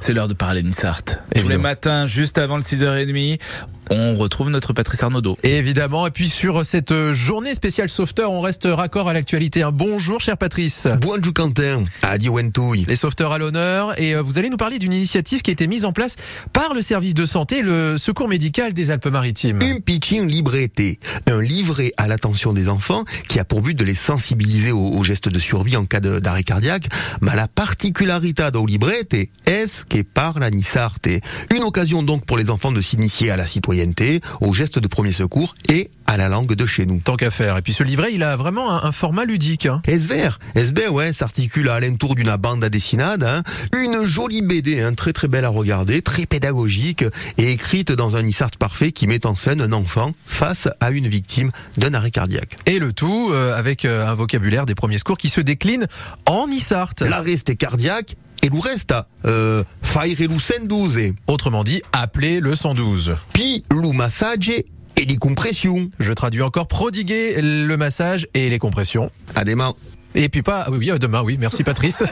C'est l'heure de parler Nissart. Et tous les matins, juste avant le 6h30, on retrouve notre Patrice Arnaudot. Évidemment, et puis sur cette euh, journée spéciale sauveteur, on reste raccord à l'actualité. Un bonjour cher Patrice. Bonjour Quentin, Adi Wentouille. Les sauveteurs à l'honneur, et euh, vous allez nous parler d'une initiative qui a été mise en place par le service de santé, le secours médical des Alpes-Maritimes. Un pitching libreté, un livret à l'attention des enfants qui a pour but de les sensibiliser aux, aux gestes de survie en cas de- d'arrêt cardiaque. Mais la particularité do librete est que par la Nissarte. Une occasion donc pour les enfants de s'initier à la citoyenneté, aux gestes de premier secours et à la langue de chez nous. Tant qu'à faire. Et puis ce livret, il a vraiment un, un format ludique. hein. Esver, Esver, ouais, s'articule à l'entour d'une bande à dessinade, hein. une jolie BD, hein, très très belle à regarder, très pédagogique et écrite dans un Issart parfait qui met en scène un enfant face à une victime d'un arrêt cardiaque. Et le tout euh, avec euh, un vocabulaire des premiers secours qui se décline en Issart. L'arrest est cardiaque et l'ouresta, euh, faire et l'oucendouze, Autrement dit, appelez le 112. pi l'oumassage et les compressions. Je traduis encore prodiguer le massage et les compressions. À des mains. Et puis pas, oui, oui, à demain, oui, euh, merci Patrice.